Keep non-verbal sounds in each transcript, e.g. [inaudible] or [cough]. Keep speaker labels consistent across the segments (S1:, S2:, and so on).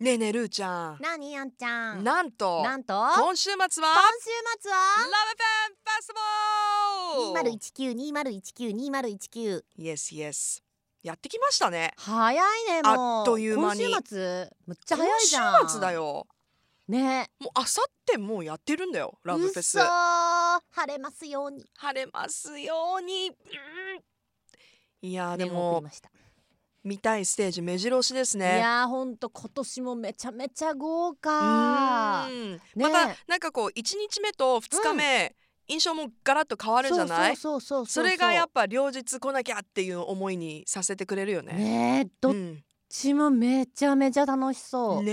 S1: ねえねえルーちゃん
S2: なにあんちゃん
S1: なんと
S2: なんと今
S1: 今週末は
S2: 週末
S1: ラブ
S2: は
S1: フェンフェスティバル
S2: 201920192019
S1: Yes yes やってきましたね
S2: 早いねもう
S1: あっという間に
S2: 今週末むっちゃ早いじゃん
S1: 今週末だよ
S2: ね
S1: もうあさってもうやってるんだよラブフェス
S2: うっそー晴れますように
S1: 晴れますように、うんいやーで
S2: 念を送
S1: も
S2: りました
S1: 見たいステージ目白押しです
S2: い
S1: ね
S2: やーほんと今年もめちゃめちゃ豪
S1: う
S2: 華
S1: ん
S2: ね
S1: またなんかこう一日目と二日目、印象もガラッと変わるじゃない
S2: そうそうそうそう
S1: それがやっぱ両日来なきゃっていう思いにさせてくれるよね。
S2: ねえど
S1: う
S2: っ
S1: ん
S2: ちもめちゃめちゃ楽しそう、
S1: ね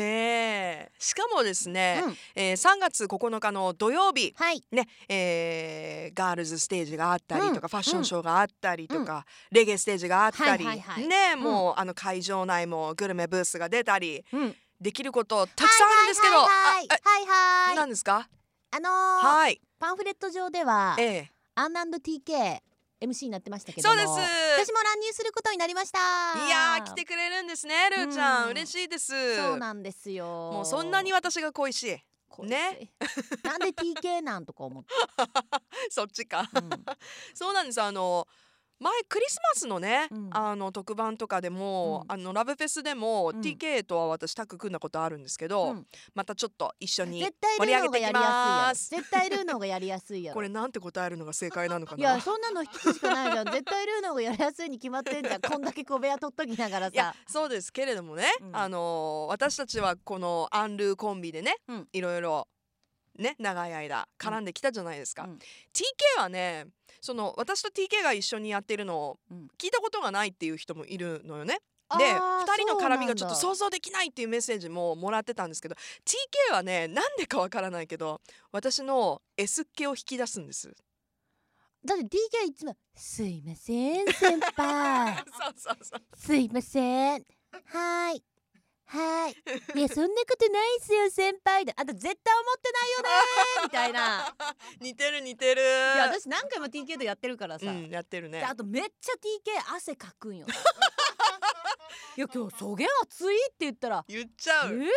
S1: えしかもですね、
S2: うん
S1: えー3月9日の土曜日、
S2: はい
S1: ねえーガールズステージがあったりとか、
S2: う
S1: フ
S2: ん
S1: ァッションショーがあったりとか、レゲエステージがあったり、
S2: はいはいはい
S1: ねえもう、あの会場内もグルメブースが出たり
S2: うん
S1: できることたくさんあるんですけど、
S2: はいはい
S1: あ
S2: は
S1: え
S2: いはいはい
S1: 何ですか、
S2: あのー
S1: はい、
S2: パンフレット上では
S1: ええ
S2: R&TK MC になってましたけど
S1: そ
S2: も
S1: うです
S2: 私も乱入することになりました
S1: いやー来てくれるんですねルーちゃん、
S2: うん
S1: 嬉しいです
S2: そうなんですよ
S1: もうそんなに私が恋しい
S2: 恋しい
S1: ね
S2: [laughs] なんで TK なんと
S1: [laughs]
S2: か思って、
S1: そっちか
S2: うん
S1: そうなんですあの前クリスマスのね、
S2: うん
S1: あの特番とかでも、
S2: うん
S1: あのラブフェスでも、
S2: うん
S1: TK とは私タッグ組んだことあるんですけど、
S2: うん
S1: またちょっと一緒に
S2: 絶対ルーの方がやりやすいやろ絶対ルーの方がやりやすいやろ
S1: これなんて答えるのが正解なのか
S2: い
S1: な
S2: や [laughs] そんなの一つしかないじゃん絶対ルーの方がやりやすいに決まってんじ
S1: [laughs]
S2: ゃんこんだけ小部屋取っときながら
S1: いや
S2: さ
S1: そうですけれどもね、
S2: うん
S1: あの私たちはこのアンルーコンビでね、
S2: うん
S1: いろいろね長い間絡んできたじゃないですか、
S2: うん
S1: TK はねその私と TK が一緒にやってるのを
S2: うん
S1: 聞いたことがないっていう人もいるのよね、で
S2: あー
S1: 2人の絡みがちょっと
S2: そう
S1: 想像できないっていうメッセージももらってたんですけど TK はねなんでかわからないけど私の S っ気を引き出すんです
S2: [laughs] なんだだって TK いつも「すいません先輩」
S1: そうそうそう
S2: すいません。はーい。はーい。いや、そんなことないっすよ、先輩。であんた絶対思ってないよね
S1: [laughs]
S2: みたいな。
S1: [laughs] 似てる似てる
S2: いや、私何回も TK とやってるからさ。
S1: うんやってるね
S2: であとめっちゃ TK 汗かく
S1: [laughs]
S2: んよ。いや、今日そげん暑いって言ったら。
S1: 言っち
S2: え
S1: ゃ
S2: ー、
S1: う
S2: み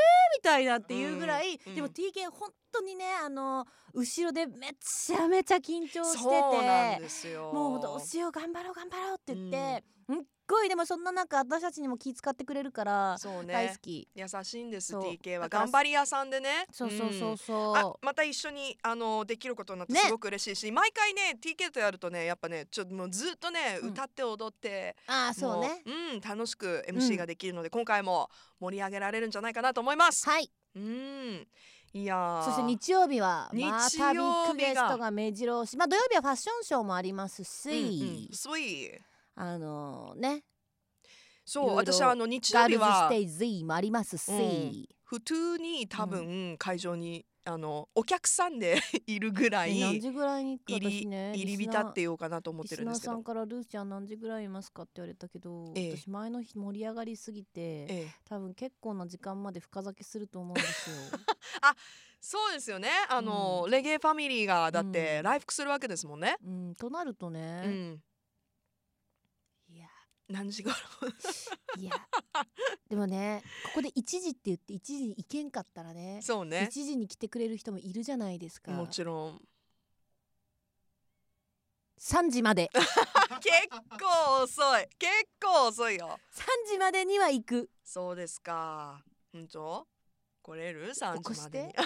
S2: たいなっていうぐらい、
S1: うん
S2: でも
S1: うん
S2: TK 本当にねあの後ろでめちゃめちゃ緊張してて
S1: そうなんですよ
S2: もうどうしよう頑張ろう頑張ろうって言って、すっごいでもそんな中私たちにも気遣ってくれるから、
S1: そう
S2: 大好
S1: ね
S2: き
S1: 優しいんです
S2: そう
S1: TK は
S2: だから
S1: 頑張り屋さんでね
S2: そうそうそ
S1: ん
S2: うそう、
S1: あまた一緒にあのできることになって
S2: ね
S1: すごく嬉しいし、毎回ね TK とやるとねやっぱねちょっともうずっとね、
S2: うん
S1: 歌って踊って
S2: ああそうね
S1: もううん楽しく
S2: う
S1: MC
S2: ん
S1: ができるので、今回も盛り上げられるんじゃないかなと思います。
S2: はい
S1: うんいやー
S2: そして日曜日は
S1: 日曜
S2: ま
S1: 日が
S2: たビッグゲストが目白押しまあ土曜日はファッションショーもありますし、
S1: うんうんスイー
S2: あのね
S1: そう
S2: いろいろ
S1: 私あの日曜
S2: ガー
S1: 日
S2: ルズス
S1: は
S2: テイ Z もありますし、
S1: うん普通に多分、会場にあのお客さんで [laughs] いるぐら
S2: ね何
S1: い
S2: 時ぐらいに行く
S1: 入り
S2: 私ね
S1: 入り浸ってようかなと思っ
S2: リ
S1: て
S2: ス
S1: るん
S2: ナ
S1: です
S2: ー
S1: け
S2: さん
S1: ど。
S2: から「ルーちゃん何時ぐらいいますか?」って言われたけど、
S1: ええ
S2: 私前の日盛り上がりすぎて
S1: ええ
S2: 多分結構な時間まで深酒すると思うん
S1: [laughs]
S2: ですよ。
S1: そうですよねあの、レゲエファミリーがだって
S2: うん
S1: 来福するわけですもんね、
S2: うん、となると
S1: う
S2: ね、
S1: ん、
S2: いや
S1: 何時頃
S2: いやでもねここで一時って言って一時に行けんかったらね
S1: そうね
S2: 一時に来てくれる人もいるじゃないですか
S1: もちろん
S2: 3時
S1: [laughs]
S2: まで
S1: 結構遅い結構遅いよ
S2: 3時までには行く
S1: そうですか本当来れる3
S2: 起こ
S1: 時ま
S2: し
S1: でに
S2: て
S1: [laughs]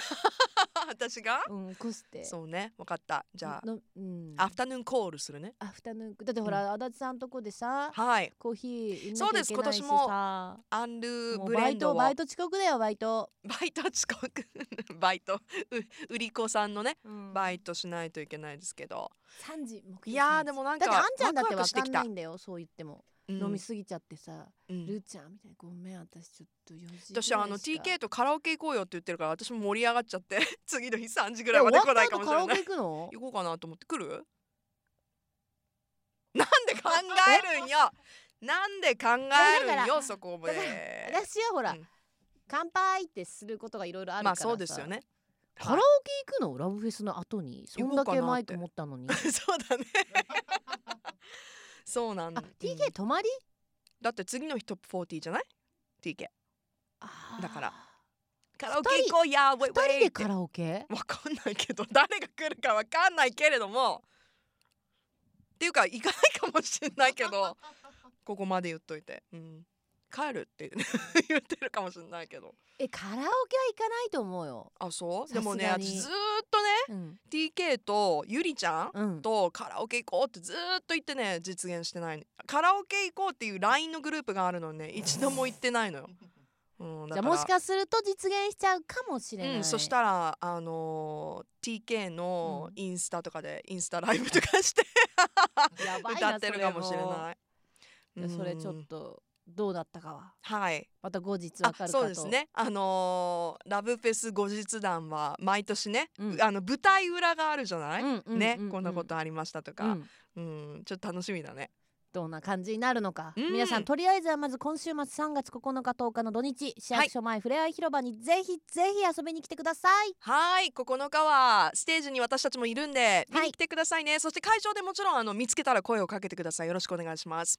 S1: 私が
S2: うん起こして
S1: そうね分かったじゃあ
S2: のうん
S1: アフタヌーンコールするね
S2: アフタヌーンだってほら、足立さんとこでさ
S1: はい
S2: コーヒー売んなきゃ
S1: そうです
S2: いけないしさ
S1: アンルー
S2: もう
S1: ブ
S2: バ
S1: レ
S2: イ
S1: ンド
S2: ト
S1: を
S2: バイト遅刻だよバイト、
S1: バイト遅刻 [laughs] バイトう売り子さんのね
S2: うん
S1: バイトしないといけないですけど、
S2: 3時目標
S1: いやー
S2: 3時
S1: でもなん
S2: だ
S1: か
S2: ってあんちゃんだ
S1: ワク
S2: って
S1: ワク
S2: わ
S1: して
S2: か
S1: き
S2: ん
S1: た
S2: ないんだよそう言っても、
S1: うん
S2: 飲みすぎちゃってさ
S1: うん
S2: ルーちゃんみたいなごめん私ちょっと4時ぐらいし
S1: 私
S2: か
S1: あの TK とカラオケ行こうよって言ってるから私も盛り上がっちゃって [laughs] 次の日3時ぐ
S2: ぐ
S1: らいまで来ないかもし
S2: カラ
S1: れ
S2: オ
S1: な
S2: ケ
S1: い
S2: 行くの
S1: 行こうかなと思って来
S2: [laughs]
S1: るなんで考えるんよなんで考えるん
S2: いやだか
S1: よ
S2: ら
S1: そこま
S2: だから
S1: で
S2: 私はほら、
S1: うん
S2: 乾杯ってすることがいろいろあるか
S1: ま
S2: ら
S1: あ
S2: さ、
S1: そうですよね
S2: カラオケ行くのラブフェスの後にそんだけマイク持ったのに
S1: はい [laughs] そうだねそうなん
S2: あ
S1: だ
S2: TK 泊まり、
S1: だって次の日トップ40じゃない TK だから
S2: あ
S1: カラオケ行こうやウェイウ
S2: 二人
S1: ェイ
S2: で
S1: って
S2: カラオケ
S1: わかんないけど誰が来るかわかんないけれどもっていうか行かないかもしれないけどここまで言っといて、うん、帰るって [laughs] 言ってるかもしれないけど
S2: えカラオケは行かないと思うよ
S1: あそう
S2: さす
S1: で
S2: がに
S1: もね私ずーっとね
S2: うん
S1: TK とゆりちゃん
S2: うん
S1: とカラオケ行こうってずーっと言ってね実現してないカラオケ行こうっていう LINE のグループがあるのにね一度も行ってないの
S2: [laughs]
S1: よ。うん、
S2: じ
S1: だ
S2: ゃあ
S1: から
S2: もしかすると実現しちゃうかもしれない、
S1: うん、そしたらあのー TK の
S2: うん
S1: インスタとかでインスタライブとかして
S2: やばいな
S1: 歌ってるかもしれない。
S2: それもいやそれち
S1: う
S2: ょ
S1: ん
S2: っとどうだったかは
S1: はい、
S2: また後日わ
S1: あ
S2: かるか
S1: そ
S2: と
S1: うですねあのーラブフェス後日談は毎年ね、
S2: うん
S1: あの舞台裏があるじゃない、
S2: うんうん
S1: ね
S2: うう
S1: こんなことありましたと
S2: う
S1: か、
S2: ん
S1: うんちょっと楽しみだね
S2: どんな感じになるのか、
S1: うん
S2: 皆さんとりあえずはまず今週末3月9日10日の土日市役所前ふれあい広場にぜひぜひ遊びに来てください
S1: はい9日はステージに私たちもいるんで見に来てくださいね、そして会場でもちろんあの見つけたら声をかけてくださいよろしくお願いします